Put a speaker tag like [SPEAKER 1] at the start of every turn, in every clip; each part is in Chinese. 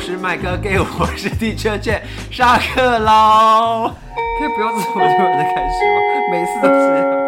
[SPEAKER 1] 是麦哥给，我是 DJ 卷上课喽。可以不要这么突然的开始吗？每次都这样。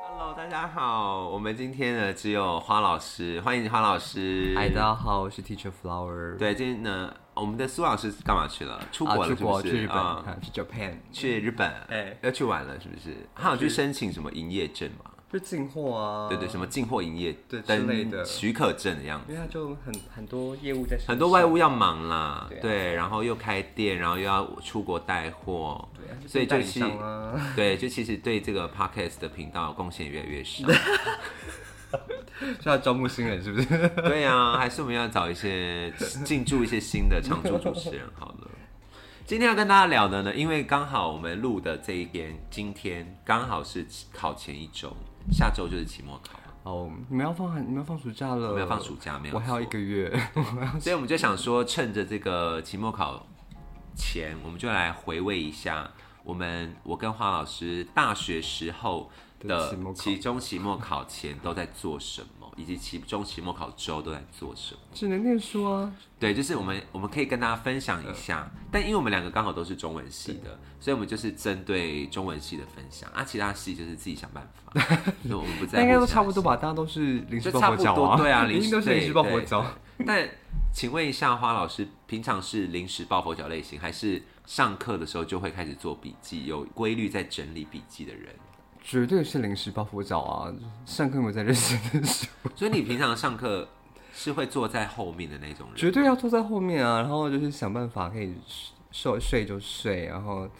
[SPEAKER 1] Hello，大家好，我们今天呢只有花老师，欢迎花老师。
[SPEAKER 2] 嗨，大家好，我是 Teacher Flower。
[SPEAKER 1] 对，今天呢，我们的苏老师干嘛去了？出
[SPEAKER 2] 啊，
[SPEAKER 1] 国了
[SPEAKER 2] 去
[SPEAKER 1] 是不
[SPEAKER 2] 国
[SPEAKER 1] 是？
[SPEAKER 2] 去日本，
[SPEAKER 1] 啊
[SPEAKER 2] 啊去 Japan，
[SPEAKER 1] 去日本，
[SPEAKER 2] 哎
[SPEAKER 1] 要去玩了是不是？他有去申请什么营业证嘛？
[SPEAKER 2] 就进货啊，
[SPEAKER 1] 对对，什么进货营业
[SPEAKER 2] 对之
[SPEAKER 1] 登
[SPEAKER 2] 类的
[SPEAKER 1] 许可证的样
[SPEAKER 2] 因
[SPEAKER 1] 子，
[SPEAKER 2] 为他就很很多业务在身上
[SPEAKER 1] 很多外务，要忙啦，
[SPEAKER 2] 对啊
[SPEAKER 1] 对，然后又开店，然后又要出国带货，
[SPEAKER 2] 对啊，
[SPEAKER 1] 所以
[SPEAKER 2] 代
[SPEAKER 1] 就
[SPEAKER 2] 理
[SPEAKER 1] 是
[SPEAKER 2] 商 啊，
[SPEAKER 1] 对，就其实对这个 podcast 的频道贡献越来越 少。
[SPEAKER 2] 就要招募新人是不是？
[SPEAKER 1] 对啊，还是我们要找一些进驻一些新的常驻主持人好了。今天要跟大家聊的呢，因为刚好我们录的这一天，今天刚好是考前一周，下周就是期末考，
[SPEAKER 2] 哦，你们要放寒，你们要放暑假了，
[SPEAKER 1] 我们要放暑假没有
[SPEAKER 2] 呃我还有
[SPEAKER 1] 错
[SPEAKER 2] 一个月，
[SPEAKER 1] 所以我们就想说，趁着这个期末考前，我们就来回味一下我们我跟花老师大学时候
[SPEAKER 2] 的
[SPEAKER 1] 的
[SPEAKER 2] 期末考
[SPEAKER 1] 期中、期末考前都在做什么，以及期中、期末考之后都在做什么。
[SPEAKER 2] 只能念书啊，
[SPEAKER 1] 对，就是我们我们可以跟大家分享一下，但因为我们两个刚好都是中文系的，所以我们就是针对中文系的分享，啊，其他系就是自己想办 法，所以我们不在
[SPEAKER 2] 但应该
[SPEAKER 1] 乎
[SPEAKER 2] 都
[SPEAKER 1] 其
[SPEAKER 2] 差
[SPEAKER 1] 他
[SPEAKER 2] 不多吧，大家都是临时
[SPEAKER 1] 就
[SPEAKER 2] 抱
[SPEAKER 1] 差
[SPEAKER 2] 佛
[SPEAKER 1] 不
[SPEAKER 2] 脚
[SPEAKER 1] 多，
[SPEAKER 2] 啊，
[SPEAKER 1] 对 啊，
[SPEAKER 2] 一定都是
[SPEAKER 1] 对
[SPEAKER 2] 临时抱佛
[SPEAKER 1] 对
[SPEAKER 2] 脚，
[SPEAKER 1] 对但请问一下，花老师平常是临时抱佛脚类型，还是上课的时候就会开始做笔记，有规律在整理笔记的人？
[SPEAKER 2] 绝对是临时抱佛脚啊，上课没有在认真的时候
[SPEAKER 1] 所以你平常上课是会坐在后面的那种人？
[SPEAKER 2] 绝对要坐在后面啊，然后就是想办法可以睡睡就睡，然后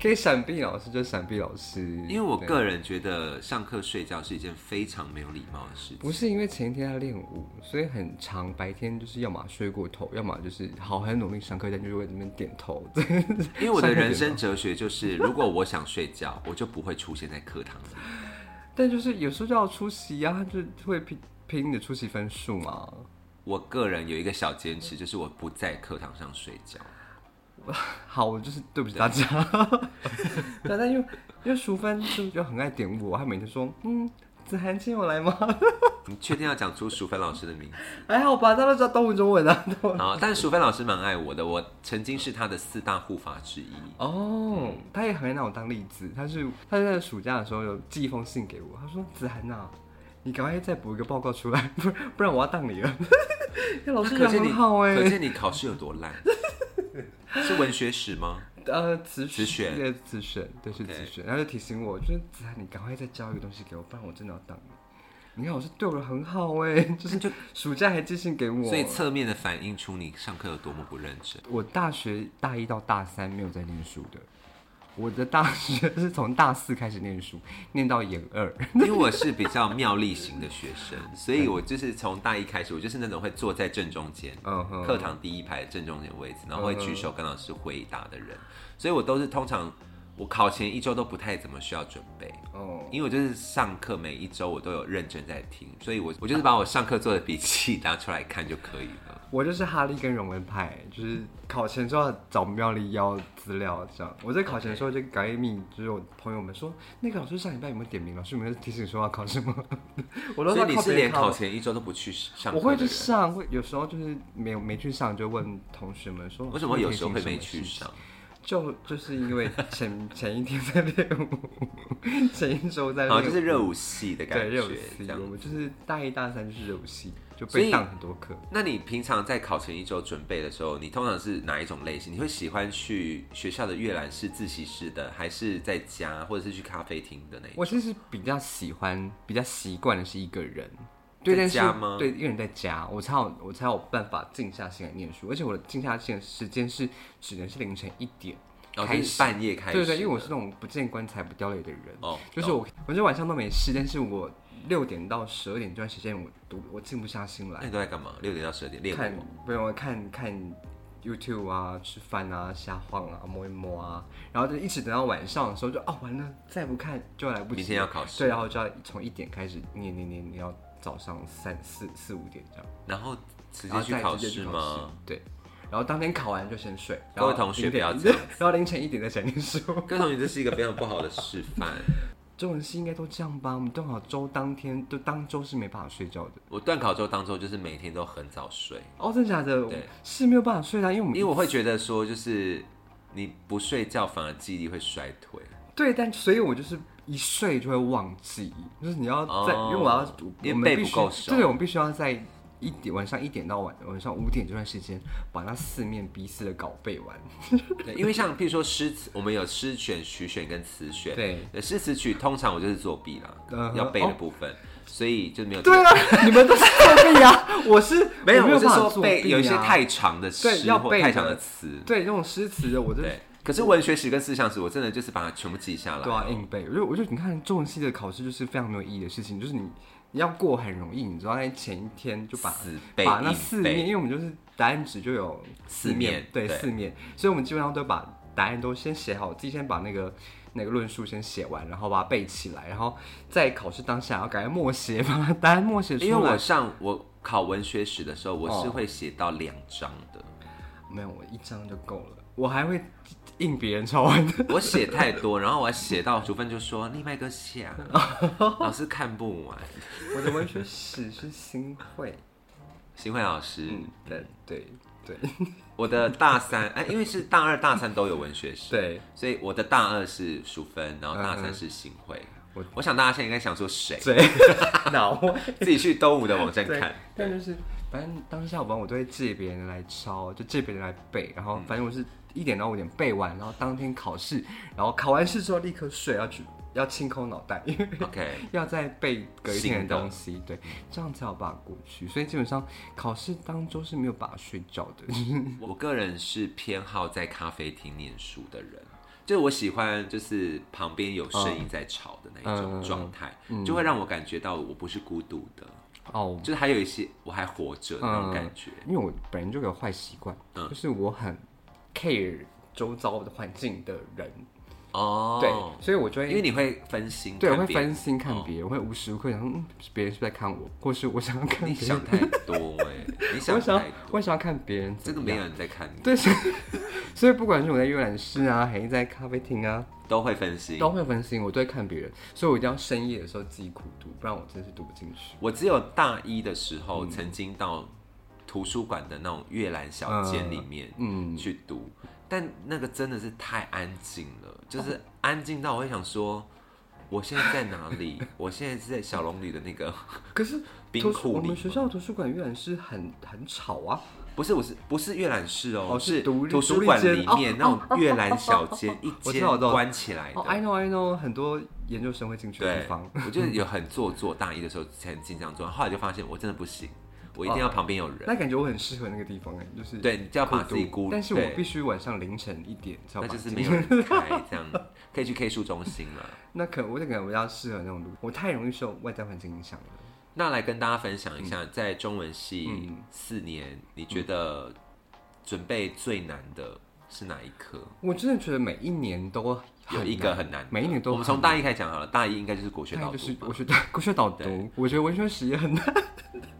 [SPEAKER 2] 可以闪避老师就闪避老师。
[SPEAKER 1] 因为我
[SPEAKER 2] 对
[SPEAKER 1] 个人觉得上课睡觉是一件非常没有礼貌的事情。
[SPEAKER 2] 不是因为前一天在练舞，所以很长白天就是要么睡过头，要么就是好很努力上课，但就是会在那边点头。
[SPEAKER 1] 因为我的人生哲学就是，如果我想睡觉，我就不会出现在课堂里。
[SPEAKER 2] 但就是有时候就要出席啊，就会拼拼你的出席分数嘛。
[SPEAKER 1] 我个人有一个小坚持，就是我不在课堂上睡觉。
[SPEAKER 2] 好，我就是对不起大家。 对，但因为因为淑芬就就很爱点我，她每天说，嗯，子涵今天有来吗？
[SPEAKER 1] 你确定要讲出淑芬老师的名字？
[SPEAKER 2] 还好吧，大家都知道东吴中文啊。都
[SPEAKER 1] 好，但是淑芬老师蛮爱我的，我曾经是她的四大护法之一。
[SPEAKER 2] 哦，他也很爱拿我当例子。他是他在暑假的时候有寄一封信给我，他说：“子涵呐、你赶快再补一个报告出来，不 然不然我要当 你了。”那老师
[SPEAKER 1] 可
[SPEAKER 2] 人
[SPEAKER 1] 见你，
[SPEAKER 2] 很好哎、
[SPEAKER 1] 可见你考试有多烂。是文学史吗？
[SPEAKER 2] 呃，子
[SPEAKER 1] 子选
[SPEAKER 2] 对子选，对是
[SPEAKER 1] OK
[SPEAKER 2] 子选。然后就提醒我，就是子涵，你赶快再交一个东西给我，不然我真的要当你。你看，老师对我很好哎、就是就暑假还寄信给我。
[SPEAKER 1] 所以侧面的反映出你上课有多么不认真。
[SPEAKER 2] 我大学大一到大三没有在念书的，我的大学 是从大四开始念书，念到研二。
[SPEAKER 1] 因为我是比较妙丽型的学 生，所以我就是从大一开始，我就是那种会坐在正中间，
[SPEAKER 2] 嗯哼
[SPEAKER 1] 课堂第一排正中间位置，然后会举手跟老师回答的人，所以我都是通常我考前一周都不太怎么需要准备，
[SPEAKER 2] 哦，
[SPEAKER 1] 因为我就是上课每一周我都有认真在听，所以我我就是把我上课做的笔记拿出来看就可以 了。
[SPEAKER 2] 我就是哈利跟荣文派，就是考前之后找妙丽要资料这样。我在考前的时候就赶快密，就是我朋友们说，那个老师上礼拜有没有点名？老师有没有提醒说要考什么？ 我都
[SPEAKER 1] 所
[SPEAKER 2] 说
[SPEAKER 1] 以你是连考，前一周都不去上课
[SPEAKER 2] 我会
[SPEAKER 1] 的
[SPEAKER 2] 去
[SPEAKER 1] 人
[SPEAKER 2] 上，会有时候就是没有没去上，就问同学们说，
[SPEAKER 1] 为什么有时候会没
[SPEAKER 2] 老师有
[SPEAKER 1] 去
[SPEAKER 2] 提醒什么
[SPEAKER 1] 上？
[SPEAKER 2] 事？就就是因为前 前一天在练舞， 前一周在练
[SPEAKER 1] 好
[SPEAKER 2] 舞，
[SPEAKER 1] 像就是热舞系的
[SPEAKER 2] 对
[SPEAKER 1] 感
[SPEAKER 2] 热
[SPEAKER 1] 觉
[SPEAKER 2] 舞系，
[SPEAKER 1] 这样
[SPEAKER 2] 我。们就是大一大三就是热舞系，就
[SPEAKER 1] 所以
[SPEAKER 2] 被当很多课。
[SPEAKER 1] 那你平常在考前一周准备的时候，你通常是哪一种类型？你会喜欢去学校的阅览室、自习室的，还是在家，或者是去咖啡厅的那一种？
[SPEAKER 2] 我其实比较喜欢、比较习惯的是一个人，对，
[SPEAKER 1] 在
[SPEAKER 2] 但是
[SPEAKER 1] 家吗
[SPEAKER 2] 对，一个人在家，我才有我才有办法静下心来念书，而且我的静下心的时间是只能是凌晨一点
[SPEAKER 1] 哦，
[SPEAKER 2] 开
[SPEAKER 1] 就是
[SPEAKER 2] 始，
[SPEAKER 1] 半夜开始
[SPEAKER 2] 对
[SPEAKER 1] 的。
[SPEAKER 2] 对，因为我是那种不见棺材不掉泪的人，
[SPEAKER 1] 哦，
[SPEAKER 2] 就是我我就晚上都没事，但是我六点到十二点这段时间我，我我静不下心
[SPEAKER 1] 那
[SPEAKER 2] 来
[SPEAKER 1] 你都在干嘛？六点到十二点练
[SPEAKER 2] 看
[SPEAKER 1] 舞。，
[SPEAKER 2] 不用看看。YouTube 啊，吃饭啊，瞎晃啊，摸一摸啊，然后就一直等到晚上的时候就，哦完了，再不看就来不及了。
[SPEAKER 1] 明天要考试，
[SPEAKER 2] 对，然后就要从一点开始念念念，念到早上三四四五点这样，
[SPEAKER 1] 然后直接
[SPEAKER 2] 然后
[SPEAKER 1] 去
[SPEAKER 2] 再
[SPEAKER 1] 考
[SPEAKER 2] 直接
[SPEAKER 1] 试
[SPEAKER 2] 去
[SPEAKER 1] 吗？？
[SPEAKER 2] 对，然后当天考完就先睡。
[SPEAKER 1] 各
[SPEAKER 2] 然
[SPEAKER 1] 位
[SPEAKER 2] 后
[SPEAKER 1] 同学
[SPEAKER 2] 0
[SPEAKER 1] 不要
[SPEAKER 2] 点
[SPEAKER 1] 这样
[SPEAKER 2] 然后凌晨一点再起来念书。
[SPEAKER 1] 各位同学，这是一个非常不好的示范。
[SPEAKER 2] 中文系应该都这样吧？我们断考周当天就当周是没办法睡觉的。
[SPEAKER 1] 我断考之后当周就是每天都很早睡，
[SPEAKER 2] 哦，真的假的？
[SPEAKER 1] 对
[SPEAKER 2] 是没有办法睡的啊，因为我们
[SPEAKER 1] 因为我会觉得说，就是你不睡觉反而记忆力会衰退。
[SPEAKER 2] 对，但所以我就是一睡就会忘记，就是你要在，
[SPEAKER 1] 哦
[SPEAKER 2] 因为我要
[SPEAKER 1] 因为
[SPEAKER 2] 我们
[SPEAKER 1] 背
[SPEAKER 2] 必
[SPEAKER 1] 不
[SPEAKER 2] 须
[SPEAKER 1] 够熟
[SPEAKER 2] 对，我们必须要在一点晚上一点到晚晚上五点这段时间，把那四面逼四的稿背完。
[SPEAKER 1] 对，因为像譬如说诗词，我们有诗选、曲选跟词选。
[SPEAKER 2] 对
[SPEAKER 1] 呃，诗词曲通常我就是作弊啦，
[SPEAKER 2] 嗯哼
[SPEAKER 1] 要背的
[SPEAKER 2] 哦
[SPEAKER 1] 部分，所以就没有。
[SPEAKER 2] 对，啊，你们都是作弊啊， 我是
[SPEAKER 1] 没有，
[SPEAKER 2] 我没
[SPEAKER 1] 我
[SPEAKER 2] 有
[SPEAKER 1] 是
[SPEAKER 2] 办法
[SPEAKER 1] 说
[SPEAKER 2] 作
[SPEAKER 1] 背
[SPEAKER 2] 弊
[SPEAKER 1] 有一些
[SPEAKER 2] 啊
[SPEAKER 1] 太长的
[SPEAKER 2] 对
[SPEAKER 1] 诗
[SPEAKER 2] 要
[SPEAKER 1] 或
[SPEAKER 2] 背
[SPEAKER 1] 太长
[SPEAKER 2] 的
[SPEAKER 1] 的词。
[SPEAKER 2] 对那种诗词的，我就
[SPEAKER 1] 对，可是文学史跟思想史，我真的就是把它全部记下来。
[SPEAKER 2] 对啊，硬背。我就我就你看中文系的考试就是非常没有意义的事情，就是你你要过很容易，你知道在前一天就把
[SPEAKER 1] 死背
[SPEAKER 2] 把那
[SPEAKER 1] 硬
[SPEAKER 2] 四
[SPEAKER 1] 背
[SPEAKER 2] 面，因为我们就是答案纸就有
[SPEAKER 1] 四面
[SPEAKER 2] 对
[SPEAKER 1] 对
[SPEAKER 2] 四面，所以我们基本上都把答案都先写好，自己先把那个。那个论述先写完，然后把它背起来，然后在考试当下要赶快默写， 把答案默写出来。
[SPEAKER 1] 因为我上我考文学史的时候，我是
[SPEAKER 2] 哦
[SPEAKER 1] 会写到两章的。
[SPEAKER 2] 没有，我一张就够了，我还会印别人抄完的。
[SPEAKER 1] 我写太多，然后我还写到主分就说立麦哥 下，老师看不完。
[SPEAKER 2] 我的文学史是新会，
[SPEAKER 1] 新会老师，
[SPEAKER 2] 嗯，对对 对
[SPEAKER 1] 我的大三哎，因为是大二大三都有文学史，
[SPEAKER 2] 对，
[SPEAKER 1] 所以我的大二是淑芬，然后大
[SPEAKER 2] 嗯
[SPEAKER 1] 三
[SPEAKER 2] 哼
[SPEAKER 1] 是新会。
[SPEAKER 2] 我
[SPEAKER 1] 我想大家现在应该想说谁，
[SPEAKER 2] 对，脑会。
[SPEAKER 1] 自己去东吴的网站
[SPEAKER 2] 对，
[SPEAKER 1] 看。
[SPEAKER 2] 但就是反正当下玩我都会借别人来抄，就借别人来背，然
[SPEAKER 1] 嗯
[SPEAKER 2] 后反正我是一点到五点背完，然后当天考试，然后考完试之后立刻睡，要去要清空脑袋，因为
[SPEAKER 1] OK，
[SPEAKER 2] 要再背隔一天
[SPEAKER 1] 新的
[SPEAKER 2] 的东西，对，这样才有办法过去。所以基本上考试当周是没有办法睡觉的，
[SPEAKER 1] 我个人是偏好在咖啡厅念书的人，就是我喜欢就是旁边有声音在吵的那一种状态，
[SPEAKER 2] 嗯
[SPEAKER 1] 就会让我感觉到我不是孤独的，
[SPEAKER 2] 哦。
[SPEAKER 1] 就是还有一些我还活着的那种感觉。
[SPEAKER 2] 因为我本人就有坏习惯，
[SPEAKER 1] 嗯
[SPEAKER 2] 就是我很 care 周遭的环境的人，
[SPEAKER 1] 哦，
[SPEAKER 2] 对，所以我就会
[SPEAKER 1] 因为你会分心，
[SPEAKER 2] 嗯对，我
[SPEAKER 1] 看
[SPEAKER 2] 会
[SPEAKER 1] 别人嗯
[SPEAKER 2] 分心看别人，我会无时无刻想说，嗯，别人是不是在看我，或是我想要看
[SPEAKER 1] 你
[SPEAKER 2] 别人，
[SPEAKER 1] 想太多哎、你
[SPEAKER 2] 我
[SPEAKER 1] 想
[SPEAKER 2] 想要
[SPEAKER 1] 太多，
[SPEAKER 2] 我想要看别人
[SPEAKER 1] 这
[SPEAKER 2] 怎
[SPEAKER 1] 个
[SPEAKER 2] 么
[SPEAKER 1] 没
[SPEAKER 2] 样，
[SPEAKER 1] 有人在看你，
[SPEAKER 2] 对，所以所以不管是我在阅览室啊，还是在咖啡厅啊，
[SPEAKER 1] 都会分心。
[SPEAKER 2] 都会分心，我都会看别人，所以我一定要深夜的时候自己苦读，不然我真的是读不进去。
[SPEAKER 1] 我只有大一的时候
[SPEAKER 2] 嗯
[SPEAKER 1] 曾经到图书馆的那种阅览小间里面，嗯，去读，但那个真的是太安静了，
[SPEAKER 2] 哦
[SPEAKER 1] 就是安静到我会想说，我现在在哪 里？我现在是在小龙女的那个，
[SPEAKER 2] 可是
[SPEAKER 1] 冰
[SPEAKER 2] 图
[SPEAKER 1] 库
[SPEAKER 2] 我
[SPEAKER 1] 里
[SPEAKER 2] 们
[SPEAKER 1] 吗
[SPEAKER 2] 学校图书馆阅览室很很吵啊，
[SPEAKER 1] 不是，我是不是阅览室哦，
[SPEAKER 2] 哦
[SPEAKER 1] 是
[SPEAKER 2] 是独立
[SPEAKER 1] 图书馆
[SPEAKER 2] 独立
[SPEAKER 1] 里
[SPEAKER 2] 间哦
[SPEAKER 1] 面那种阅览小间，一
[SPEAKER 2] 我知
[SPEAKER 1] 间
[SPEAKER 2] 道我知道
[SPEAKER 1] 关起来
[SPEAKER 2] 哦，I
[SPEAKER 1] 的。
[SPEAKER 2] know I know，很多研究生会进去的
[SPEAKER 1] 对
[SPEAKER 2] 地方，，
[SPEAKER 1] 我就是有很做作，大一的时候曾经这样做，后来就发现我真的不行，我一定要旁边有人。
[SPEAKER 2] 那感觉我很适合那个地方哎，就是
[SPEAKER 1] 对，你就要把
[SPEAKER 2] 苦
[SPEAKER 1] 自己
[SPEAKER 2] 读
[SPEAKER 1] 孤，
[SPEAKER 2] 但是我
[SPEAKER 1] 对
[SPEAKER 2] 必须晚上凌晨一点才有
[SPEAKER 1] 那
[SPEAKER 2] 办法
[SPEAKER 1] 就
[SPEAKER 2] 进去，
[SPEAKER 1] 是没有人 开，这样可以去 K 书中心了。
[SPEAKER 2] 那可我就感觉比较适合那种路，我太容易受外在环境影响了。
[SPEAKER 1] 那来跟大家分享一下，
[SPEAKER 2] 嗯
[SPEAKER 1] 在中文系四年，你觉得准备最难的是哪一科？
[SPEAKER 2] 我真的觉得每一年都
[SPEAKER 1] 有
[SPEAKER 2] 很难
[SPEAKER 1] 一个很难的，
[SPEAKER 2] 每一年都
[SPEAKER 1] 我们从
[SPEAKER 2] 很
[SPEAKER 1] 大一开始讲好了，大一应该就是国学
[SPEAKER 2] 大
[SPEAKER 1] 导
[SPEAKER 2] 概就是
[SPEAKER 1] 读
[SPEAKER 2] 我
[SPEAKER 1] 吧。
[SPEAKER 2] 学 我学导读，我觉得文学史也很难，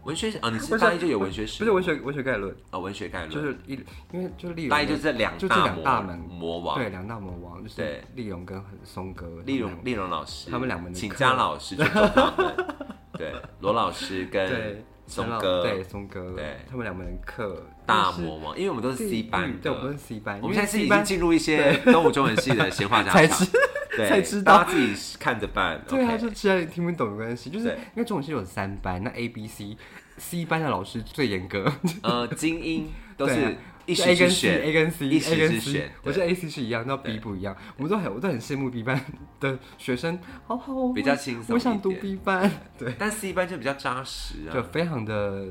[SPEAKER 1] 文学啊，你是
[SPEAKER 2] 我
[SPEAKER 1] 大一就有文学史，
[SPEAKER 2] 不是文学文学概论，
[SPEAKER 1] 啊，文学概论，
[SPEAKER 2] 就是一因为就是利
[SPEAKER 1] 大一
[SPEAKER 2] 荣
[SPEAKER 1] 就这两
[SPEAKER 2] 就这
[SPEAKER 1] 大
[SPEAKER 2] 两
[SPEAKER 1] 魔
[SPEAKER 2] 大门
[SPEAKER 1] 魔王，
[SPEAKER 2] 对两大魔王，就是
[SPEAKER 1] 对
[SPEAKER 2] 利荣跟很松哥，
[SPEAKER 1] 丽蓉丽蓉老师，
[SPEAKER 2] 他们两门的
[SPEAKER 1] 请
[SPEAKER 2] 课
[SPEAKER 1] 嘉老师就走他 们，对罗老师跟
[SPEAKER 2] 对
[SPEAKER 1] 松
[SPEAKER 2] 陈老
[SPEAKER 1] 哥，
[SPEAKER 2] 对松哥
[SPEAKER 1] 对
[SPEAKER 2] 他们两门课
[SPEAKER 1] 大
[SPEAKER 2] 但是
[SPEAKER 1] 魔王，因为我们都是 C 班
[SPEAKER 2] 对，我们
[SPEAKER 1] 的
[SPEAKER 2] 都是。C 班，
[SPEAKER 1] 我们
[SPEAKER 2] 因为
[SPEAKER 1] 现在是
[SPEAKER 2] C
[SPEAKER 1] 已经
[SPEAKER 2] 班
[SPEAKER 1] 进入一些东吴中文系的闲话家
[SPEAKER 2] 才
[SPEAKER 1] 常
[SPEAKER 2] 知，
[SPEAKER 1] 对，
[SPEAKER 2] 才知道
[SPEAKER 1] 大家自己看着办。
[SPEAKER 2] 对啊，
[SPEAKER 1] OK
[SPEAKER 2] 就其他人听不懂没关系，就是
[SPEAKER 1] 对
[SPEAKER 2] 因为中文系有三班，那 A、B、C、C 班的老师最严格，
[SPEAKER 1] 呃，精 英都
[SPEAKER 2] 对
[SPEAKER 1] 是
[SPEAKER 2] 啊
[SPEAKER 1] 一
[SPEAKER 2] 就
[SPEAKER 1] 时
[SPEAKER 2] A
[SPEAKER 1] 之
[SPEAKER 2] 跟 C
[SPEAKER 1] 选
[SPEAKER 2] A 跟 C
[SPEAKER 1] 一
[SPEAKER 2] A
[SPEAKER 1] 时
[SPEAKER 2] 跟
[SPEAKER 1] 之
[SPEAKER 2] C，
[SPEAKER 1] 选。
[SPEAKER 2] 我觉
[SPEAKER 1] 对
[SPEAKER 2] 得 A C 是一样，那 B 不一样，我们都很我都很羡慕 B 班的学生，好好哦，
[SPEAKER 1] 比较轻松
[SPEAKER 2] 我想读
[SPEAKER 1] 一点
[SPEAKER 2] B 班，对，
[SPEAKER 1] 但 C 班就比较扎实
[SPEAKER 2] 就
[SPEAKER 1] 啊。
[SPEAKER 2] 非常的，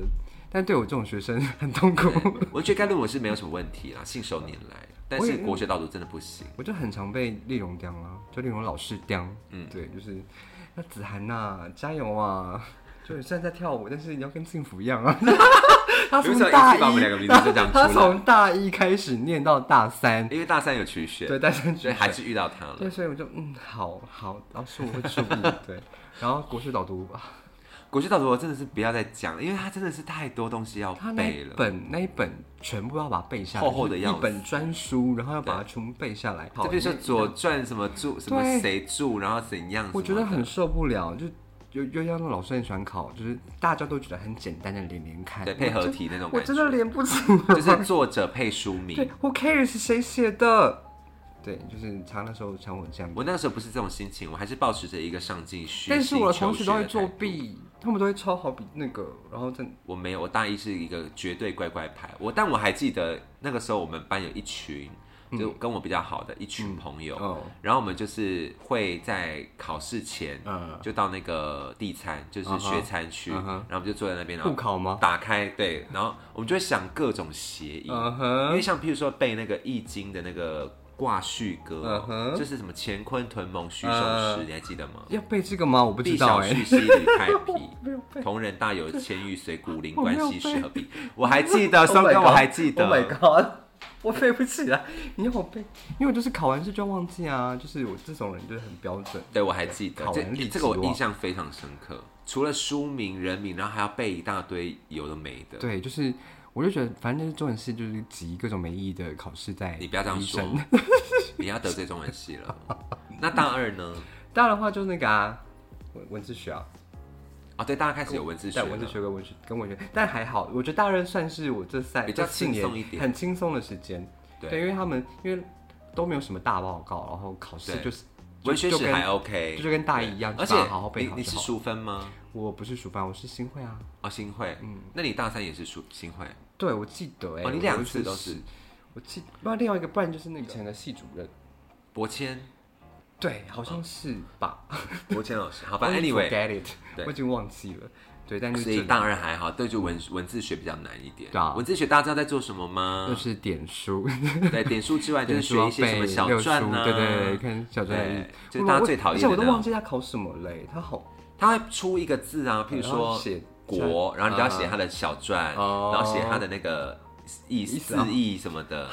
[SPEAKER 2] 但对我这种学生很痛苦，
[SPEAKER 1] 我觉得概论我是没有什么问题啦，信手拈来。但
[SPEAKER 2] 我
[SPEAKER 1] 是
[SPEAKER 2] 也嗯
[SPEAKER 1] 国学导读真的不行。
[SPEAKER 2] 我就很常被丽蓉刁啊，就丽蓉老师刁，嗯，对，就是那子涵呐、加油啊！就是虽然在跳舞，但是你要跟幸福一样啊！ 他
[SPEAKER 1] 有
[SPEAKER 2] 从
[SPEAKER 1] 一种
[SPEAKER 2] 大
[SPEAKER 1] 一起把我们两个
[SPEAKER 2] 一，
[SPEAKER 1] 名字就讲出来
[SPEAKER 2] 他从大一开始念到大三，
[SPEAKER 1] 因为大三有取选，
[SPEAKER 2] 对，大三
[SPEAKER 1] 所以还是遇到他了
[SPEAKER 2] 对，。所以我就嗯，好好，老师我会注意。对，然后国学导读吧，
[SPEAKER 1] 国学导读我真的是不要再讲了，因为它真的是太多东西要
[SPEAKER 2] 他那
[SPEAKER 1] 背
[SPEAKER 2] 一
[SPEAKER 1] 了。
[SPEAKER 2] 本那一本全部要把它背下来，
[SPEAKER 1] 厚厚的
[SPEAKER 2] 就是
[SPEAKER 1] 要死
[SPEAKER 2] 一本专书，然后要把它全部背下来。
[SPEAKER 1] 就比如说《
[SPEAKER 2] 那
[SPEAKER 1] 左传》什么注什么
[SPEAKER 2] 对
[SPEAKER 1] 谁注，然后怎样什么的？
[SPEAKER 2] 我觉得很受不了，就又又要让老师很喜欢考，就是大家都觉得很简单的连连看，
[SPEAKER 1] 对配合
[SPEAKER 2] 我真
[SPEAKER 1] 题那种
[SPEAKER 2] 我
[SPEAKER 1] 感
[SPEAKER 2] 真的
[SPEAKER 1] 觉，
[SPEAKER 2] 连不 出来。
[SPEAKER 1] 就是作者配书
[SPEAKER 2] 对
[SPEAKER 1] 名。
[SPEAKER 2] ，Who cares 是谁写的？对，就是常那时候常我这样，
[SPEAKER 1] 我那时候不是这种心情，我还是保持着一个上进虚心
[SPEAKER 2] 但是我的
[SPEAKER 1] 求
[SPEAKER 2] 同
[SPEAKER 1] 学
[SPEAKER 2] 学都会
[SPEAKER 1] 的
[SPEAKER 2] 作
[SPEAKER 1] 态度。
[SPEAKER 2] 弊，他们都会抄好笔那个，然后在
[SPEAKER 1] 我没有，我大一是一个绝对乖乖牌。我但我还记得那个时候我们班有一群，就跟我比较好的一群朋友，
[SPEAKER 2] 嗯哦，
[SPEAKER 1] 然后我们就是会在考试前
[SPEAKER 2] 嗯，
[SPEAKER 1] 就到那个地餐，就是学餐区，
[SPEAKER 2] 嗯哼
[SPEAKER 1] 然后我们就坐在那边，然
[SPEAKER 2] 互
[SPEAKER 1] 后
[SPEAKER 2] 考吗？
[SPEAKER 1] 打开对，然后我们就会想各种协议，
[SPEAKER 2] 嗯
[SPEAKER 1] 因
[SPEAKER 2] 哼，
[SPEAKER 1] 为像譬如说背那个《易经》的那个卦序歌
[SPEAKER 2] 嗯，哼
[SPEAKER 1] 就是什么乾坤屯蒙虚手
[SPEAKER 2] 嗯
[SPEAKER 1] 时，你还记得吗？
[SPEAKER 2] 要背这个吗？我不
[SPEAKER 1] 必
[SPEAKER 2] 知道
[SPEAKER 1] 小
[SPEAKER 2] 哎，
[SPEAKER 1] 旭兮履 太
[SPEAKER 2] 没有
[SPEAKER 1] 皮，同人大有千玉随，古灵
[SPEAKER 2] 我没
[SPEAKER 1] 关
[SPEAKER 2] 有
[SPEAKER 1] 系
[SPEAKER 2] 背
[SPEAKER 1] 是何必？我还记 得，松哥
[SPEAKER 2] Oh my
[SPEAKER 1] 我
[SPEAKER 2] god
[SPEAKER 1] 还记
[SPEAKER 2] Oh my
[SPEAKER 1] 得，
[SPEAKER 2] god！我背不起来，你要我背，因为我就是考完试就忘记啊，就是我这种人就是很标准。
[SPEAKER 1] 对我还记得
[SPEAKER 2] 考，
[SPEAKER 1] 这
[SPEAKER 2] 人力
[SPEAKER 1] 这个我
[SPEAKER 2] 之
[SPEAKER 1] 印
[SPEAKER 2] 王
[SPEAKER 1] 象非常深刻。除了书名、人名，然后还要背一大堆有的没的。
[SPEAKER 2] 对，就是我就觉得，反正就是重点是就是集各种没意义的考试在。
[SPEAKER 1] 你不要这样说。， 你要得罪中文系了。那大二呢？
[SPEAKER 2] 大的话就是那个啊，文文字学啊，
[SPEAKER 1] 哦，对，大家开始有文字学
[SPEAKER 2] 对
[SPEAKER 1] 了，
[SPEAKER 2] 文字学跟文学跟文学，但还好，我觉得大二算是我这三
[SPEAKER 1] 比较
[SPEAKER 2] 这四年
[SPEAKER 1] 轻松一点
[SPEAKER 2] 很轻松的时间。
[SPEAKER 1] 对
[SPEAKER 2] 对，因为他们因为都没有什么大报告，然后考试
[SPEAKER 1] 对
[SPEAKER 2] 就是
[SPEAKER 1] 文学
[SPEAKER 2] 就
[SPEAKER 1] 史
[SPEAKER 2] 跟
[SPEAKER 1] 还 OK，
[SPEAKER 2] 就跟大一一样
[SPEAKER 1] 对而
[SPEAKER 2] 就
[SPEAKER 1] 且
[SPEAKER 2] 把它好好背
[SPEAKER 1] 你
[SPEAKER 2] 好
[SPEAKER 1] 你
[SPEAKER 2] 就是好
[SPEAKER 1] 淑芬吗？
[SPEAKER 2] 我不是暑班，我是新会啊。
[SPEAKER 1] 哦，新会，嗯，那你大三也是淑新会，
[SPEAKER 2] 对，我记得哎、
[SPEAKER 1] 哦，你
[SPEAKER 2] 我
[SPEAKER 1] 两
[SPEAKER 2] 就
[SPEAKER 1] 次都是
[SPEAKER 2] 我记，不然另外一个，不然就是那个以前的系主任，
[SPEAKER 1] 博 谦，
[SPEAKER 2] 对，好像是吧。
[SPEAKER 1] 博谦老师，好吧
[SPEAKER 2] I
[SPEAKER 1] ，anyway，
[SPEAKER 2] forget it，
[SPEAKER 1] 对
[SPEAKER 2] 我已经忘记了。对，但是
[SPEAKER 1] 所
[SPEAKER 2] 这
[SPEAKER 1] 以大二还好，对，就文文字学比较难一点。
[SPEAKER 2] 对啊
[SPEAKER 1] 文字学大家知道在做什么吗
[SPEAKER 2] 就？是 点书，
[SPEAKER 1] 对，点书 之外就是
[SPEAKER 2] 点书
[SPEAKER 1] 学
[SPEAKER 2] 要
[SPEAKER 1] 一些什么
[SPEAKER 2] 背
[SPEAKER 1] 小
[SPEAKER 2] 六
[SPEAKER 1] 传
[SPEAKER 2] 书
[SPEAKER 1] 啊，
[SPEAKER 2] 对对对，看小传
[SPEAKER 1] 对，就是大家最讨厌的
[SPEAKER 2] 我
[SPEAKER 1] 那
[SPEAKER 2] 而且我都
[SPEAKER 1] 种
[SPEAKER 2] 忘记他考什么嘞，他好，
[SPEAKER 1] 他会出一个字啊，譬如
[SPEAKER 2] 然后
[SPEAKER 1] 说
[SPEAKER 2] 写啊
[SPEAKER 1] 国，然后你就要写他的小传，
[SPEAKER 2] 哦
[SPEAKER 1] 然后写他的那个意思
[SPEAKER 2] 意思啊
[SPEAKER 1] 字义什么的，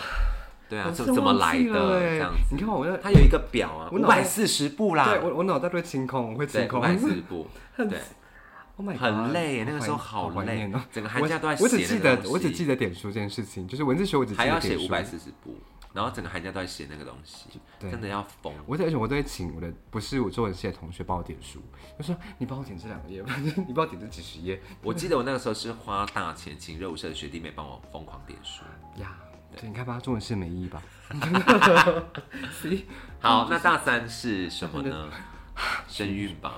[SPEAKER 1] 对啊，
[SPEAKER 2] 我
[SPEAKER 1] 怎
[SPEAKER 2] 真
[SPEAKER 1] 怎么
[SPEAKER 2] 忘
[SPEAKER 1] 来
[SPEAKER 2] 记了
[SPEAKER 1] 的
[SPEAKER 2] 欸
[SPEAKER 1] 这样子。
[SPEAKER 2] 你看我那，
[SPEAKER 1] 他有一个表啊，
[SPEAKER 2] 我
[SPEAKER 1] 五
[SPEAKER 2] 脑袋
[SPEAKER 1] 百四十步啦，
[SPEAKER 2] 对我我脑袋都会清空，我会
[SPEAKER 1] 对，
[SPEAKER 2] 清
[SPEAKER 1] 五
[SPEAKER 2] 空，
[SPEAKER 1] 百四十 步，
[SPEAKER 2] 很
[SPEAKER 1] 对，
[SPEAKER 2] Oh my God，
[SPEAKER 1] 很累耶，那个时候
[SPEAKER 2] 好
[SPEAKER 1] 好
[SPEAKER 2] 怀
[SPEAKER 1] 累
[SPEAKER 2] 念哦。，
[SPEAKER 1] 整个寒
[SPEAKER 2] 我
[SPEAKER 1] 假都在
[SPEAKER 2] 我只记
[SPEAKER 1] 写那个
[SPEAKER 2] 得
[SPEAKER 1] 东西
[SPEAKER 2] 我只记得点书这件事情，就是文字学我只记
[SPEAKER 1] 还
[SPEAKER 2] 得
[SPEAKER 1] 要写
[SPEAKER 2] 点
[SPEAKER 1] 五
[SPEAKER 2] 书。
[SPEAKER 1] 百四十步，然后整个寒假都在写那个东西，
[SPEAKER 2] 对
[SPEAKER 1] 真的要疯。
[SPEAKER 2] 我在而且我都会请我的不是我中文系的同学帮我点书，就说你帮我点这两个页，反正 你帮我点这几十页
[SPEAKER 1] 我记得我那个时候是花大钱请热舞社的学弟妹帮我疯狂点书。
[SPEAKER 2] 呀。对，你看吧，中文系没意义吧？See，嗯
[SPEAKER 1] 好，那大三是什么 呢？声韵吧，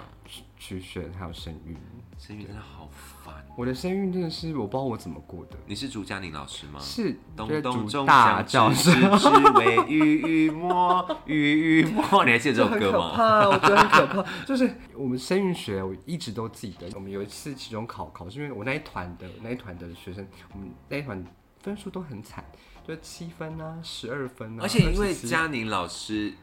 [SPEAKER 2] 曲选还有声韵，
[SPEAKER 1] 声韵真的好烦。
[SPEAKER 2] 我的声韵真的是我不知道我怎么过的，
[SPEAKER 1] 你是竹嘉玲老师吗？
[SPEAKER 2] 是
[SPEAKER 1] 咚咚
[SPEAKER 2] 主
[SPEAKER 1] 钟
[SPEAKER 2] 大教
[SPEAKER 1] 响，
[SPEAKER 2] 室
[SPEAKER 1] 知，之为鱼鱼摸，鱼鱼摸。你还记得这
[SPEAKER 2] 就
[SPEAKER 1] 首
[SPEAKER 2] 很
[SPEAKER 1] 歌
[SPEAKER 2] 可
[SPEAKER 1] 吗？
[SPEAKER 2] 怕，我觉得很可怕。 就是我们声韵学，我一直都记得。我们有一次期中考，考是因为我那一团的那一团的学生，我们那一团分数都很惨，就七分啊，十二分啊。
[SPEAKER 1] 而且因为
[SPEAKER 2] 27
[SPEAKER 1] 嘉宁老师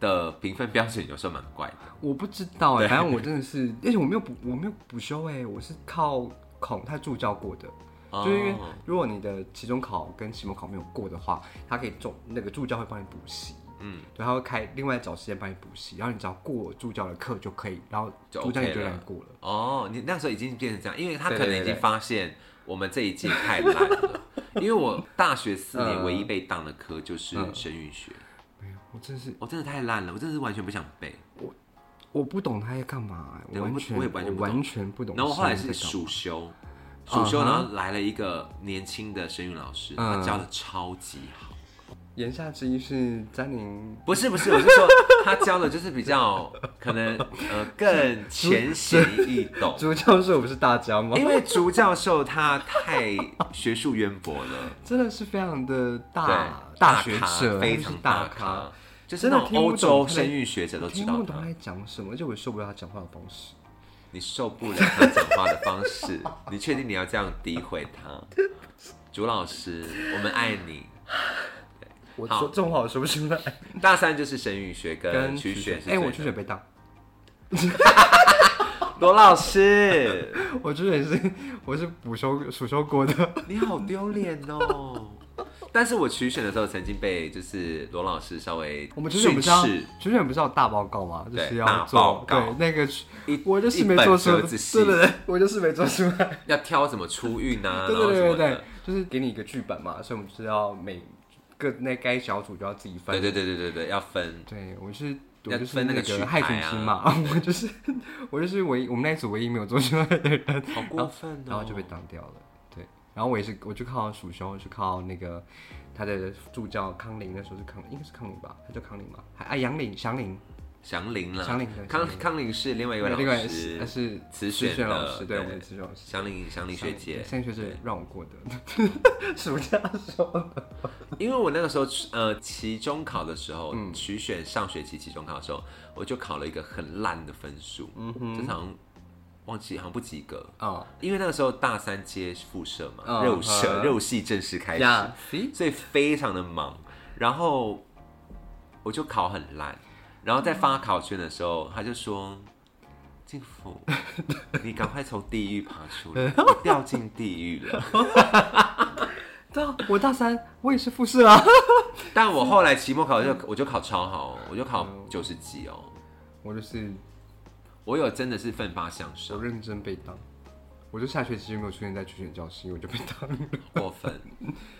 [SPEAKER 1] 的评分标准有时候蛮怪的，
[SPEAKER 2] 我不知道哎、反正我真的是，而且我没有补，我没有补修哎、我是靠孔他助教过的。就是因为
[SPEAKER 1] 哦
[SPEAKER 2] 如果你的期中考跟期末考没有过的话，他可以助那个助教会帮你补习，
[SPEAKER 1] 嗯，
[SPEAKER 2] 对，他会开另外找时间帮你补习，然后你只要过助教的课就可以，然后
[SPEAKER 1] 就
[SPEAKER 2] 助教你
[SPEAKER 1] OK
[SPEAKER 2] 就让
[SPEAKER 1] 了
[SPEAKER 2] 你过了。
[SPEAKER 1] 哦，你那时候已经变成这样，因为他
[SPEAKER 2] 对
[SPEAKER 1] 可能
[SPEAKER 2] 对
[SPEAKER 1] 已
[SPEAKER 2] 对
[SPEAKER 1] 经
[SPEAKER 2] 对
[SPEAKER 1] 发现我们这一届太烂了。因为我大学四年
[SPEAKER 2] 嗯
[SPEAKER 1] 唯一被当的科就是声韵学，
[SPEAKER 2] 没有，哎我真的是
[SPEAKER 1] 我真的太烂了，我真的是完全不想背。
[SPEAKER 2] 我不懂他在干嘛、
[SPEAKER 1] 对我
[SPEAKER 2] 我完
[SPEAKER 1] 不
[SPEAKER 2] 全
[SPEAKER 1] 我也完全不懂
[SPEAKER 2] 完全不懂。
[SPEAKER 1] 然后我后来
[SPEAKER 2] 在
[SPEAKER 1] 是
[SPEAKER 2] 干嘛
[SPEAKER 1] 暑修，暑修
[SPEAKER 2] 嗯哼
[SPEAKER 1] 然后来了一个年轻的声韵老师，他
[SPEAKER 2] 嗯
[SPEAKER 1] 教的超级好。
[SPEAKER 2] 言下之意是佳宁
[SPEAKER 1] 不是不是，我是说他教的就是比较可能呃更浅显易懂，
[SPEAKER 2] 主教授不是大家吗？
[SPEAKER 1] 因为竹教授他太学术渊博了。
[SPEAKER 2] 真的是非常的大
[SPEAKER 1] 对，
[SPEAKER 2] 大学
[SPEAKER 1] 啊咖
[SPEAKER 2] 者，
[SPEAKER 1] 非
[SPEAKER 2] 他就是
[SPEAKER 1] 常咖
[SPEAKER 2] 大咖，，
[SPEAKER 1] 就是那
[SPEAKER 2] 真的
[SPEAKER 1] 种
[SPEAKER 2] 听
[SPEAKER 1] 欧
[SPEAKER 2] 不懂
[SPEAKER 1] 洲
[SPEAKER 2] 他在
[SPEAKER 1] 声韵学者都知
[SPEAKER 2] 听
[SPEAKER 1] 道
[SPEAKER 2] 不懂
[SPEAKER 1] 他
[SPEAKER 2] 他。在讲什么，而且我也受不了他讲话的方式。
[SPEAKER 1] 你受不了他讲话的方式，你确定你要这样诋毁他？朱老师，我们爱你。
[SPEAKER 2] 我
[SPEAKER 1] 好
[SPEAKER 2] 说这种话我说不出来。
[SPEAKER 1] 大三就是声韵学跟
[SPEAKER 2] 跟
[SPEAKER 1] 曲选是
[SPEAKER 2] 哎，我
[SPEAKER 1] 曲
[SPEAKER 2] 曲选被当，
[SPEAKER 1] 罗老师，
[SPEAKER 2] 我曲选是我是补修暑修过的，
[SPEAKER 1] 你好丢脸哦。但是我取选的时候曾经被就是罗老师稍微
[SPEAKER 2] 我们之前不是要
[SPEAKER 1] 训斥，
[SPEAKER 2] 之前不是要大报告吗？就
[SPEAKER 1] 对
[SPEAKER 2] 是
[SPEAKER 1] 大
[SPEAKER 2] 要
[SPEAKER 1] 报
[SPEAKER 2] 做
[SPEAKER 1] 告
[SPEAKER 2] 对那个
[SPEAKER 1] 一，
[SPEAKER 2] 我就是没做出
[SPEAKER 1] 一
[SPEAKER 2] 来，
[SPEAKER 1] 本折子戏
[SPEAKER 2] 对对对，我就是没做 出来。
[SPEAKER 1] 要挑什么出运啊，
[SPEAKER 2] 对
[SPEAKER 1] 然后什
[SPEAKER 2] 对 对对
[SPEAKER 1] 么
[SPEAKER 2] 对
[SPEAKER 1] 的，，
[SPEAKER 2] 就是给你一个剧本嘛，所以我们就是要每个那该小组就要自己分。
[SPEAKER 1] 对对对对对对，要分。
[SPEAKER 2] 对我是我
[SPEAKER 1] 要
[SPEAKER 2] 就是
[SPEAKER 1] 分那个曲
[SPEAKER 2] 个害群
[SPEAKER 1] 牌啊
[SPEAKER 2] 之马， 我就是我就是唯一我们那一组唯一没有做出来的人，
[SPEAKER 1] 好过分哦！
[SPEAKER 2] 然后就被挡掉了。对，然后我也是，我就靠蜀雄，我就靠那个他的助教康林，那时候是康林，应该是康林吧，他叫康林嘛，还啊杨林祥林，
[SPEAKER 1] 祥林了，
[SPEAKER 2] 祥林对
[SPEAKER 1] 康
[SPEAKER 2] 祥林
[SPEAKER 1] 康林是另外一位
[SPEAKER 2] 另
[SPEAKER 1] 老
[SPEAKER 2] 外呃是
[SPEAKER 1] 师
[SPEAKER 2] 他，是
[SPEAKER 1] 慈
[SPEAKER 2] 慈
[SPEAKER 1] 选
[SPEAKER 2] 炫老
[SPEAKER 1] 的
[SPEAKER 2] 师，
[SPEAKER 1] 对
[SPEAKER 2] 对，我们的慈炫老师。
[SPEAKER 1] 祥林祥林学姐，
[SPEAKER 2] 三学姐让我过的， 暑假的时候
[SPEAKER 1] 因为我那个时候呃期中考的时候，
[SPEAKER 2] 嗯
[SPEAKER 1] 取选上学期期中考的时候，我就考了一个很烂的分数，
[SPEAKER 2] 嗯
[SPEAKER 1] 就是好像忘记好像不及格。
[SPEAKER 2] 啊，
[SPEAKER 1] 因为那个时候大三接复社嘛，
[SPEAKER 2] 嗯
[SPEAKER 1] 肉社
[SPEAKER 2] 嗯
[SPEAKER 1] 肉系正式开始，
[SPEAKER 2] 呀，see，
[SPEAKER 1] 所以非常的忙。然后我就考很烂，然后在发考卷的时候，他就说：“静 福，你赶快从地狱爬出来，你掉进地狱了。”
[SPEAKER 2] 对啊，我大三我也是复试啊，
[SPEAKER 1] 但我后来期末考就我就考超好哦，我就考九十几哦，
[SPEAKER 2] 我就是
[SPEAKER 1] 我有真的是奋发向
[SPEAKER 2] 我
[SPEAKER 1] 上，
[SPEAKER 2] 认真被当，我就下学期就没有出现在军选教室，因为我就被当了。
[SPEAKER 1] 过分。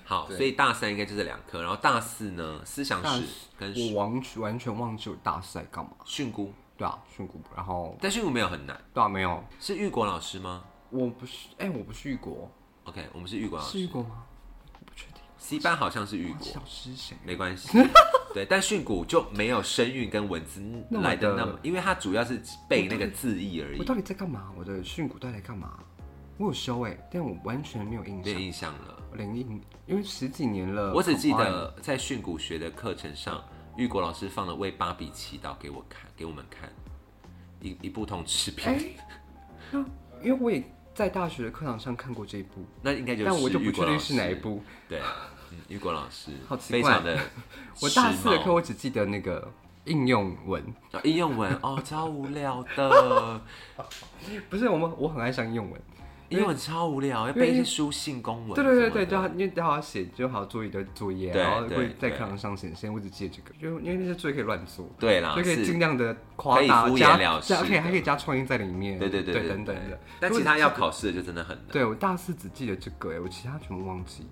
[SPEAKER 1] 好，
[SPEAKER 2] 对
[SPEAKER 1] 所以大三应该就是两科，然后大四呢，思想
[SPEAKER 2] 大
[SPEAKER 1] 史
[SPEAKER 2] 四哦
[SPEAKER 1] 跟
[SPEAKER 2] 我完完全忘记我大四在干嘛。
[SPEAKER 1] 训估，
[SPEAKER 2] 对啊，训诂，然后
[SPEAKER 1] 但训估没有很难，
[SPEAKER 2] 对啊，没有，
[SPEAKER 1] 是玉国老师吗
[SPEAKER 2] 我不是，哎、我不是玉国，
[SPEAKER 1] ？OK，我们是玉国老师
[SPEAKER 2] 是玉国吗？我不确定，
[SPEAKER 1] ，C 班好像是玉
[SPEAKER 2] 忘记
[SPEAKER 1] 国，
[SPEAKER 2] 老师是谁。
[SPEAKER 1] 没关 系。对，但训诂就没有声韵跟文字
[SPEAKER 2] 那么
[SPEAKER 1] 来的那
[SPEAKER 2] 的
[SPEAKER 1] 么，因为它主要是背那个字义而
[SPEAKER 2] 我
[SPEAKER 1] 已，
[SPEAKER 2] 到底在干嘛？我的训诂到底在干嘛？我有修哎、但我完全没有印
[SPEAKER 1] 没有
[SPEAKER 2] 象，
[SPEAKER 1] 印象了。
[SPEAKER 2] 我连印，因为十几年了。欸
[SPEAKER 1] 我只记
[SPEAKER 2] combine
[SPEAKER 1] 得在训诂学的课程上，玉国老师放了《为芭比祈祷》给我看，给我们看一一部同志片，
[SPEAKER 2] 哎、那因为我也在大学的课堂上看过这一部，
[SPEAKER 1] 那应该就
[SPEAKER 2] 但我
[SPEAKER 1] 是
[SPEAKER 2] 就
[SPEAKER 1] 玉
[SPEAKER 2] 不
[SPEAKER 1] 国老
[SPEAKER 2] 确定
[SPEAKER 1] 师
[SPEAKER 2] 是哪一。部。
[SPEAKER 1] 对，嗯，玉国老师
[SPEAKER 2] 好奇
[SPEAKER 1] 非
[SPEAKER 2] 怪
[SPEAKER 1] 常的
[SPEAKER 2] 我大
[SPEAKER 1] 时髦
[SPEAKER 2] 四的课我只记得那个应用文，
[SPEAKER 1] 啊应用文哦，超无聊 的，
[SPEAKER 2] 不是我们我很爱上应用文。
[SPEAKER 1] 应用文超无聊，要背一些书信公文。
[SPEAKER 2] 对对对对，就要因为都要写，就好做一堆作业，
[SPEAKER 1] 对
[SPEAKER 2] 然后
[SPEAKER 1] 对
[SPEAKER 2] 会在
[SPEAKER 1] 对
[SPEAKER 2] 课堂上显现。我只记得这个，就因为那些作业可以乱做，
[SPEAKER 1] 对啦，
[SPEAKER 2] 就可以
[SPEAKER 1] 啊是
[SPEAKER 2] 尽量的夸大
[SPEAKER 1] 可以敷衍了
[SPEAKER 2] 加
[SPEAKER 1] 事
[SPEAKER 2] 加，可以
[SPEAKER 1] 的
[SPEAKER 2] 还可以加创意在里面，
[SPEAKER 1] 对对对
[SPEAKER 2] 对等等的。
[SPEAKER 1] 但
[SPEAKER 2] 如
[SPEAKER 1] 其
[SPEAKER 2] 果
[SPEAKER 1] 他
[SPEAKER 2] 你
[SPEAKER 1] 要考试的就真的很难。
[SPEAKER 2] 对我大四只记得这个，哎，我其他全部忘记。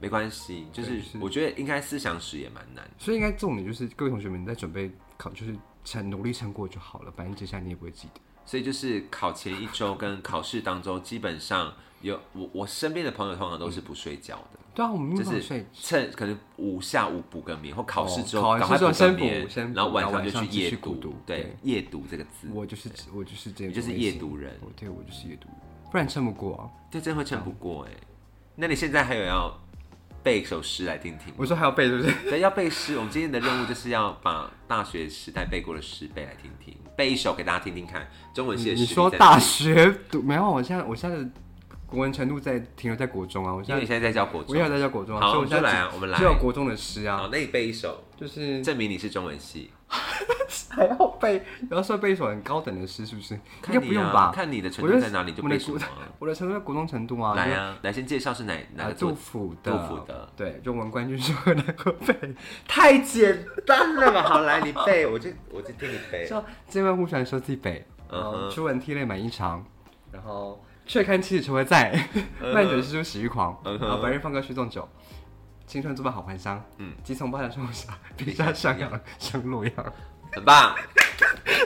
[SPEAKER 1] 没关系，就是
[SPEAKER 2] 对是
[SPEAKER 1] 我觉得应该思想史也蛮难的。
[SPEAKER 2] 所以应该重点就是各位同学们在准备考，就是成努力撑过就好了，反正接下来你也不会记得。
[SPEAKER 1] 所以就是考前一周跟考试当中，基本上有我我身边的朋友通常都是不睡觉的，
[SPEAKER 2] 对啊，我们
[SPEAKER 1] 就
[SPEAKER 2] 没有
[SPEAKER 1] 是
[SPEAKER 2] 睡。
[SPEAKER 1] 趁可能午下午补个眠，或考试之
[SPEAKER 2] 哦考
[SPEAKER 1] 后
[SPEAKER 2] 完
[SPEAKER 1] 赶快
[SPEAKER 2] 试之后
[SPEAKER 1] 个
[SPEAKER 2] 先补
[SPEAKER 1] 眠
[SPEAKER 2] 先，补
[SPEAKER 1] 然后晚上
[SPEAKER 2] 然后
[SPEAKER 1] 就
[SPEAKER 2] 晚上
[SPEAKER 1] 去
[SPEAKER 2] 继
[SPEAKER 1] 夜
[SPEAKER 2] 续孤独
[SPEAKER 1] 对
[SPEAKER 2] 对，
[SPEAKER 1] 夜读这个字，
[SPEAKER 2] 我就是我就是这
[SPEAKER 1] 你
[SPEAKER 2] 样，
[SPEAKER 1] 就是夜读人，
[SPEAKER 2] 我对我就是夜读人，不然撑不过啊。
[SPEAKER 1] 对，真会撑不过哎。那你现在还有要背一首诗来听听吗？
[SPEAKER 2] 我说还要背，对不对？
[SPEAKER 1] 对，要背诗。我们今天的任务就是要把大学时代背过的诗背来听听，背一首给大家听听看。中文系的
[SPEAKER 2] 你
[SPEAKER 1] 实力
[SPEAKER 2] 说
[SPEAKER 1] 在哪
[SPEAKER 2] 大学读没有？我现在我现在的国文程度在停留在国中啊，我
[SPEAKER 1] 因
[SPEAKER 2] 现
[SPEAKER 1] 为你
[SPEAKER 2] 在
[SPEAKER 1] 现在在教国中
[SPEAKER 2] 我也，有在教国中啊，
[SPEAKER 1] 好
[SPEAKER 2] 所以我现
[SPEAKER 1] 我
[SPEAKER 2] 在
[SPEAKER 1] 们就来啊
[SPEAKER 2] 只
[SPEAKER 1] 我们来
[SPEAKER 2] 只有国中的诗啊，
[SPEAKER 1] 好，那你背一首，
[SPEAKER 2] 就是
[SPEAKER 1] 证明你是中文系。
[SPEAKER 2] 还要背，然后说背一首很高等的诗，是不是？应
[SPEAKER 1] 看
[SPEAKER 2] 该
[SPEAKER 1] 你
[SPEAKER 2] 不用
[SPEAKER 1] 啊
[SPEAKER 2] 吧？
[SPEAKER 1] 看你的程
[SPEAKER 2] 我
[SPEAKER 1] 度
[SPEAKER 2] 的
[SPEAKER 1] 在哪里就
[SPEAKER 2] 我
[SPEAKER 1] 背
[SPEAKER 2] 的
[SPEAKER 1] 什么
[SPEAKER 2] 国
[SPEAKER 1] 啊。
[SPEAKER 2] 我的程度在国中程度啊，
[SPEAKER 1] 来
[SPEAKER 2] 就
[SPEAKER 1] 啊，来先介绍是哪哪
[SPEAKER 2] 呃
[SPEAKER 1] 个作
[SPEAKER 2] 杜
[SPEAKER 1] 者？
[SPEAKER 2] 甫的
[SPEAKER 1] 杜甫的
[SPEAKER 2] 对，就文官军说 的那个背，
[SPEAKER 1] 太简单了吧？好，来你背，我就我就听你背。
[SPEAKER 2] 叫“剑外忽传收蓟北，然
[SPEAKER 1] 嗯
[SPEAKER 2] 后
[SPEAKER 1] 哼
[SPEAKER 2] 初闻涕泪满衣裳，然后却看妻子愁怀在，
[SPEAKER 1] 嗯哼
[SPEAKER 2] 漫卷诗书喜欲狂，
[SPEAKER 1] 嗯
[SPEAKER 2] 然
[SPEAKER 1] 哼
[SPEAKER 2] 后白日放歌须纵酒，青春作伴好还乡。
[SPEAKER 1] 嗯
[SPEAKER 2] 嗯，即从巴掌上下，笔下上扬像洛阳。
[SPEAKER 1] 很棒，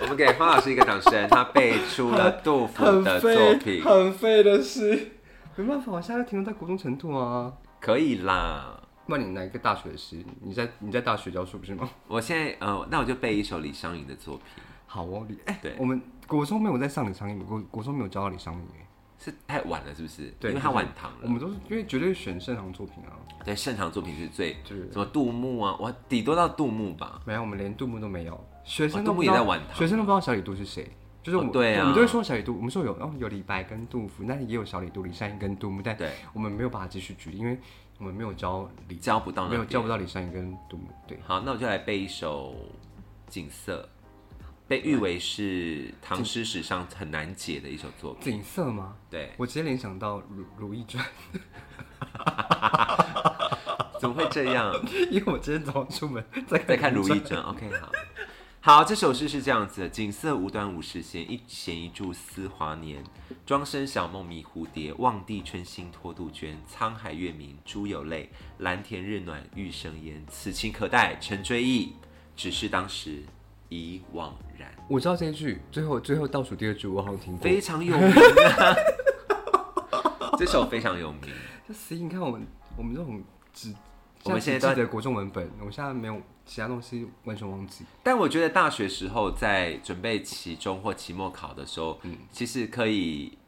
[SPEAKER 1] 我们给方老师一个掌声，他背出了杜甫的作品，
[SPEAKER 2] 很废的诗， 没办法，我现在停留在国中程度啊。
[SPEAKER 1] 可以啦。
[SPEAKER 2] 那你哪一个大学的诗？你在你在大学教书不是吗？
[SPEAKER 1] 我现在呃，那我就背一首李商隐的作品，
[SPEAKER 2] 好哦，李哎、
[SPEAKER 1] 对
[SPEAKER 2] 我们国中没有在上李商隐，国国中没有教到李商隐耶，
[SPEAKER 1] 是太晚了，是不是？
[SPEAKER 2] 对
[SPEAKER 1] 因为他
[SPEAKER 2] 就是
[SPEAKER 1] 晚唐
[SPEAKER 2] 我
[SPEAKER 1] 了。
[SPEAKER 2] 们都是因为绝对选擅长作品啊，
[SPEAKER 1] 对，擅长作品是最
[SPEAKER 2] 就是
[SPEAKER 1] 什么杜牧啊，我顶多到杜牧吧。
[SPEAKER 2] 没有，我们连杜牧都没有，学生都
[SPEAKER 1] 哦杜牧
[SPEAKER 2] 不
[SPEAKER 1] 也
[SPEAKER 2] 知道
[SPEAKER 1] 在晚唐
[SPEAKER 2] 学生都不知道小李杜是谁。就是我们、
[SPEAKER 1] 哦对啊
[SPEAKER 2] 我们就会说小李杜，我们说有哦有李白跟杜甫，那也有小李杜、李商隐跟杜牧，但
[SPEAKER 1] 对
[SPEAKER 2] 我们没有把它继续举例，因为我们没有教李，
[SPEAKER 1] 教不到那
[SPEAKER 2] 没有
[SPEAKER 1] 边
[SPEAKER 2] 教不到李商隐跟杜牧。对，
[SPEAKER 1] 好，那我就来背一首《景色》，被誉为是唐诗史上很难解的一首作品。
[SPEAKER 2] 景色 吗？
[SPEAKER 1] 对，
[SPEAKER 2] 我直接联想到《如如懿传》
[SPEAKER 1] 怎么会这样？
[SPEAKER 2] 因为我今天早上出门在 看
[SPEAKER 1] 再看《如懿
[SPEAKER 2] 懿
[SPEAKER 1] 传》，OK，好。好，这首诗是这样子的：锦瑟无端五十弦，一弦一柱思华年。庄生晓梦迷蝴蝶，望帝春心托杜鹃。沧海月明珠有泪，蓝田日暖玉生烟。此情可待成追忆，只是当时已惘然。
[SPEAKER 2] 我知道这一句，最后最后倒数第二句我好像听过。
[SPEAKER 1] 非常有名啊， 这首非常有名。
[SPEAKER 2] 就 C，你看我们我们这种只，
[SPEAKER 1] 我们现在
[SPEAKER 2] 只
[SPEAKER 1] 都在
[SPEAKER 2] 记得国中文本，我们现在没有其他东西完全忘记。
[SPEAKER 1] 但我觉得大学时候在准备期中或期末考的时候，
[SPEAKER 2] 嗯
[SPEAKER 1] 其实可以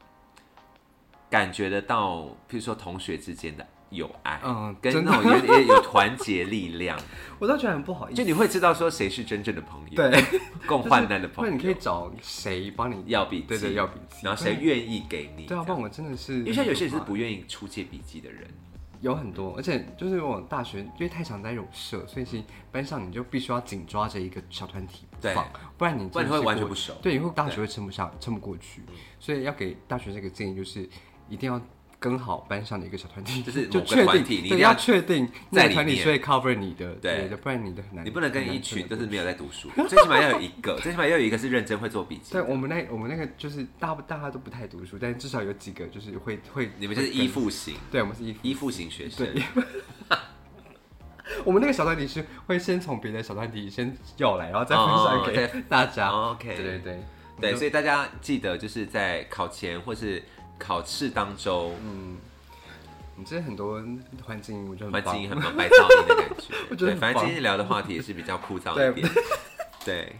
[SPEAKER 1] 感觉得到，譬如说同学之间的友爱，
[SPEAKER 2] 嗯
[SPEAKER 1] 跟
[SPEAKER 2] 真的
[SPEAKER 1] 那种有 也有团结力量，
[SPEAKER 2] 我倒觉得很不好意
[SPEAKER 1] 就
[SPEAKER 2] 思。
[SPEAKER 1] 你会知道说谁是真正的朋友，
[SPEAKER 2] 对，
[SPEAKER 1] 共患难的朋
[SPEAKER 2] 那
[SPEAKER 1] 友。
[SPEAKER 2] 你可以找谁帮你？
[SPEAKER 1] 要笔记，
[SPEAKER 2] 对对，要笔记。
[SPEAKER 1] 然后谁愿意给你？
[SPEAKER 2] 对
[SPEAKER 1] 这
[SPEAKER 2] 啊，不
[SPEAKER 1] 样
[SPEAKER 2] 然我真的是，
[SPEAKER 1] 因为像有些人是不愿意出借笔记的人，
[SPEAKER 2] 有很多，而且就是我大学因为太常在有社，所以其实班上你就必须要紧抓着一个小团体不
[SPEAKER 1] 对
[SPEAKER 2] 放，不然你
[SPEAKER 1] 不然你
[SPEAKER 2] 真的
[SPEAKER 1] 会
[SPEAKER 2] 是
[SPEAKER 1] 完全
[SPEAKER 2] 过
[SPEAKER 1] 不熟
[SPEAKER 2] 对，你会大学会撑不上，撑不过去。
[SPEAKER 1] 嗯
[SPEAKER 2] 所以要给大学这个建议就是，一定要跟好班上的一个小团体，
[SPEAKER 1] 就是
[SPEAKER 2] 就
[SPEAKER 1] 某个
[SPEAKER 2] 确
[SPEAKER 1] 团
[SPEAKER 2] 定，
[SPEAKER 1] 体你一定
[SPEAKER 2] 对
[SPEAKER 1] 要
[SPEAKER 2] 要确定
[SPEAKER 1] 在
[SPEAKER 2] 那
[SPEAKER 1] 里
[SPEAKER 2] 个团体
[SPEAKER 1] 面
[SPEAKER 2] 是会 cover 你的，
[SPEAKER 1] 对
[SPEAKER 2] 对的，不然你的很难。
[SPEAKER 1] 你不能跟
[SPEAKER 2] 很
[SPEAKER 1] 一
[SPEAKER 2] 难
[SPEAKER 1] 群
[SPEAKER 2] 撑
[SPEAKER 1] 都
[SPEAKER 2] 得
[SPEAKER 1] 是
[SPEAKER 2] 住
[SPEAKER 1] 没有在读书，最起码要有一 个，最起码要有一个是认真会做笔记
[SPEAKER 2] 对。我们那我们那个就是大大家都不太读书，但是至少有几个就是会会，
[SPEAKER 1] 你们就是
[SPEAKER 2] 会跟
[SPEAKER 1] 依，附型，
[SPEAKER 2] 对我们是依附。
[SPEAKER 1] 依附型学生。
[SPEAKER 2] 我们那个小团体是会先从别的小团体先要来，然后再分
[SPEAKER 1] 哦
[SPEAKER 2] 享给大家。
[SPEAKER 1] 哦，OK
[SPEAKER 2] 对对对
[SPEAKER 1] 对，
[SPEAKER 2] 就
[SPEAKER 1] 所以大家记得就是在考前或是考试当周，
[SPEAKER 2] 我们这很多环境音我觉得
[SPEAKER 1] 环
[SPEAKER 2] 嗯
[SPEAKER 1] 境
[SPEAKER 2] 很棒。
[SPEAKER 1] 音很蛮白噪音的感觉。
[SPEAKER 2] 我觉
[SPEAKER 1] 对，
[SPEAKER 2] 得很
[SPEAKER 1] 反正
[SPEAKER 2] 棒
[SPEAKER 1] 今天聊的话题也是比较枯燥一点。对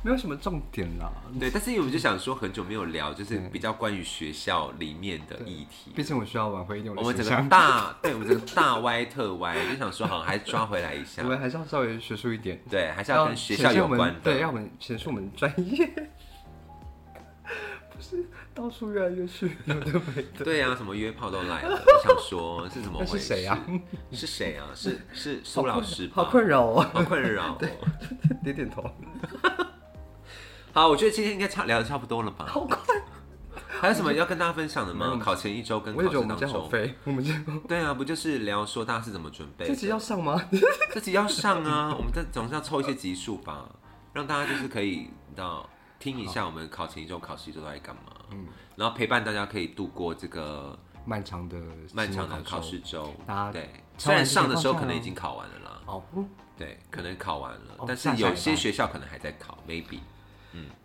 [SPEAKER 2] 没有什么重点啦。
[SPEAKER 1] 对，但是因为我们就想说很久没有聊，就是
[SPEAKER 2] 嗯
[SPEAKER 1] 比较关于学校里面的议题。
[SPEAKER 2] 毕竟我需要挽回一点
[SPEAKER 1] 我们
[SPEAKER 2] 的形
[SPEAKER 1] 整个
[SPEAKER 2] 象，
[SPEAKER 1] 大，对我们整个大歪特歪，就想说好像还是抓回来一下
[SPEAKER 2] 我。们还是要稍微学术一点，
[SPEAKER 1] 对，还是要跟学校
[SPEAKER 2] 显示
[SPEAKER 1] 有
[SPEAKER 2] 我们
[SPEAKER 1] 关的。
[SPEAKER 2] 对，让我们显示我们专业， 不是到处越来越虚有的没的。
[SPEAKER 1] 对啊呀、什么约炮都来 了。我想说是怎么
[SPEAKER 2] 那
[SPEAKER 1] 回
[SPEAKER 2] 是
[SPEAKER 1] 事？
[SPEAKER 2] 谁啊？
[SPEAKER 1] 是谁啊？是是苏老师吧？
[SPEAKER 2] 好困扰哦，
[SPEAKER 1] 好困 扰哦。
[SPEAKER 2] 点点头，
[SPEAKER 1] 好，我觉得今天应该差聊的差不多了吧？
[SPEAKER 2] 好快。
[SPEAKER 1] 还有什么要跟大家分享的
[SPEAKER 2] 没有
[SPEAKER 1] 吗？考前一周跟
[SPEAKER 2] 我也
[SPEAKER 1] 考
[SPEAKER 2] 觉得我
[SPEAKER 1] 试
[SPEAKER 2] 们
[SPEAKER 1] 当
[SPEAKER 2] 今天好
[SPEAKER 1] 中，
[SPEAKER 2] 废，我们今天
[SPEAKER 1] 对啊，不就是聊说大家是怎么准备
[SPEAKER 2] 这
[SPEAKER 1] 的？
[SPEAKER 2] 集要上吗？
[SPEAKER 1] 这集要上啊， 我们这总是要抽一些集数吧，让大家就是可以你知道听一下我们考前一周、考试一周都在干嘛，嗯，然后陪伴大家可以度过这个
[SPEAKER 2] 漫长的
[SPEAKER 1] 漫长的
[SPEAKER 2] 期末
[SPEAKER 1] 考
[SPEAKER 2] 周
[SPEAKER 1] 试周
[SPEAKER 2] 大。家
[SPEAKER 1] 对，虽
[SPEAKER 2] 敲
[SPEAKER 1] 然
[SPEAKER 2] 完就可以
[SPEAKER 1] 上的时候
[SPEAKER 2] 放
[SPEAKER 1] 可
[SPEAKER 2] 假
[SPEAKER 1] 能已
[SPEAKER 2] 了
[SPEAKER 1] 经考完了啦，
[SPEAKER 2] 哦，
[SPEAKER 1] 对，可能考完了
[SPEAKER 2] 哦，
[SPEAKER 1] 但是
[SPEAKER 2] 下下
[SPEAKER 1] 有
[SPEAKER 2] 礼
[SPEAKER 1] 些
[SPEAKER 2] 拜
[SPEAKER 1] 学校可能还在考，maybe。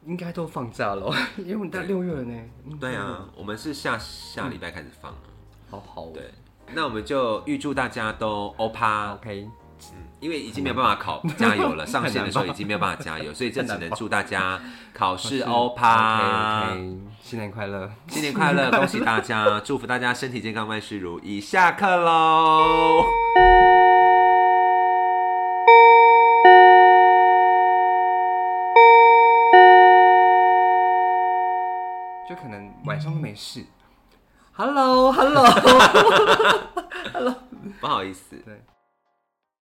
[SPEAKER 2] 应该都放假了， 因为我们到六月了呢。嗯
[SPEAKER 1] 对，啊，我们是下下礼拜开始放啊。
[SPEAKER 2] 好好。哦
[SPEAKER 1] 对，那我们就预祝大家都欧趴，
[SPEAKER 2] ，OK，
[SPEAKER 1] 因为已经没有办法考加油 了，上线的时候已经没有办法加油，所以这只能祝大家考试欧趴
[SPEAKER 2] OK，，新年快乐，
[SPEAKER 1] 新年快乐，恭喜大家，祝福大家身体健康，万事如意。下课 喽。
[SPEAKER 2] 就可能晚上都没事。Hello，Hello，
[SPEAKER 1] 不好意思。
[SPEAKER 2] 对。